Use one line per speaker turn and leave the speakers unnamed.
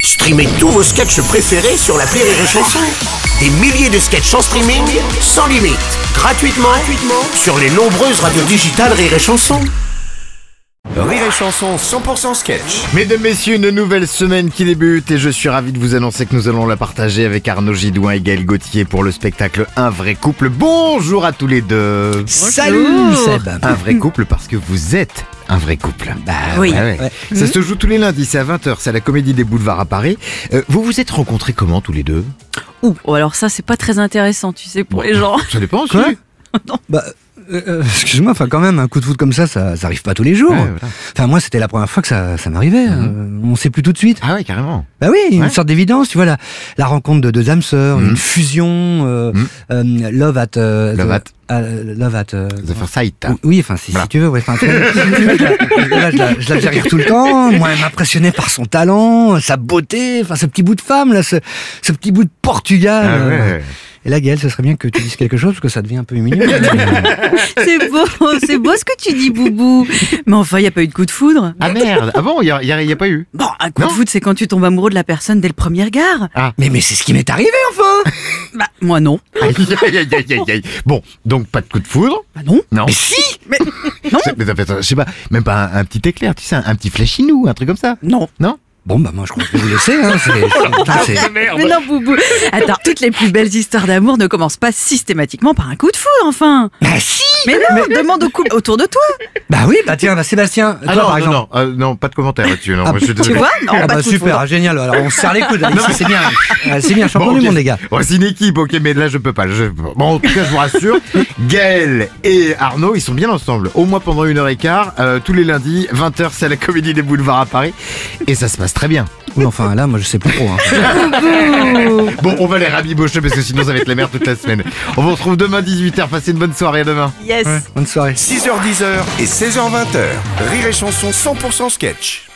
Streamez tous vos sketchs préférés sur la Rire et Chanson. Des milliers de sketchs en streaming, sans limite, gratuitement, gratuitement sur les nombreuses radios digitales Rire et Chanson. Rire et Chanson 100% sketch.
Mesdames, Messieurs, une nouvelle semaine qui débute et je suis ravi de vous annoncer que nous allons la partager avec Arnaud Gidouin et Gaël Gauthier pour le spectacle Un vrai couple. Bonjour à tous les deux
Salut Seb
Un vrai couple parce que vous êtes un vrai couple. Bah
Oui.
Ça se joue tous les lundis, c'est à 20h, c'est à la Comédie des Boulevards à Paris. Euh, vous vous êtes rencontrés comment tous les deux
Ouh, oh, alors ça c'est pas très intéressant, tu sais, pour les gens.
Ça dépend aussi.
Quoi Bah, euh, euh, excuse-moi, enfin quand même, un coup de foudre comme ça, ça, ça arrive pas tous les jours.
Ouais, voilà.
Enfin moi, c'était la première fois que ça, ça m'arrivait. euh, on sait plus tout de suite.
Ah ouais, carrément.
Bah oui, une
Ouais.
sorte d'évidence, tu vois la, la rencontre de deux âmes sœurs,
Mhm.
une fusion, euh,
Mhm.
euh, love at, euh,
Love at.
euh, love at, euh,
The First Sight.
ou- Oui, enfin, si,
Voilà.
si tu veux, ouais, enfin, tu vois, je, la, je la- je la faisais rire tout le temps. Moi, elle m'impressionnait par son talent, sa beauté, enfin, ce petit bout de femme, là, ce, ce petit bout de Portugal.
Ah
euh.
ouais.
Et là, Gaël, ce serait bien que tu dises quelque chose, parce que ça devient un peu humiliant.
C'est beau, c'est beau ce que tu dis, Boubou. Mais enfin, il n'y a pas eu de coup de foudre.
Ah merde Ah bon, il n'y a, y a- y a pas eu
Bon, un coup
Non.
de foudre, c'est quand tu tombes amoureux de la personne dès le premier regard.
Mais, mais c'est ce qui m'est arrivé, enfin
Bah, moi non.
Aïe, aïe, aïe, aïe, aïe, aïe. Bon, donc pas de coup de foudre
Bah non.
Non.
Ah Mais si
C'est- Mais, attends, attends, je sais pas, même pas un, un petit éclair, tu sais, un, un petit flashinou, un truc comme ça.
Non.
Non
Bon, bah moi, je crois que vous le savez, hein, c'est... putain, c'est-
Mais non, Boubou. Attends, toutes les plus belles histoires d'amour ne commencent pas systématiquement par un coup de foudre, enfin.
Bah si
Mais non, demande au couple autour de toi.
Bah oui, bah tiens, bah Sébastien, toi,
Ah non,
par
non,
exemple...
non, euh, non, pas de commentaire là-dessus. Non,
Ah,
moi, je suis
Tu
désolé.
vois Non,
Ah
pas
bah
de coup de
super,
foudre.
génial, alors on se serre les coudes, Alexis, c'est bien, Ah, c'est bien, champion
Bon,
du
ok.
monde les gars.
Bon, c'est une équipe, ok, mais là je peux pas. je- Bon, en tout cas, je vous rassure, Gaël et Arnaud, ils sont bien ensemble. Au moins pendant une heure et quart, euh, tous les lundis, 20h, c'est à la Comédie des Boulevards à Paris. Et ça se passe très bien.
Oui, enfin là, moi je sais plus trop. Hein.
Bon, on va les rabibocher parce que sinon ça va être la merde toute la semaine. On vous retrouve demain 18h. Passez une bonne soirée à demain.
Yes.
Bonne soirée.
6h10h et 16h20h. Rire et Chanson 100% sketch.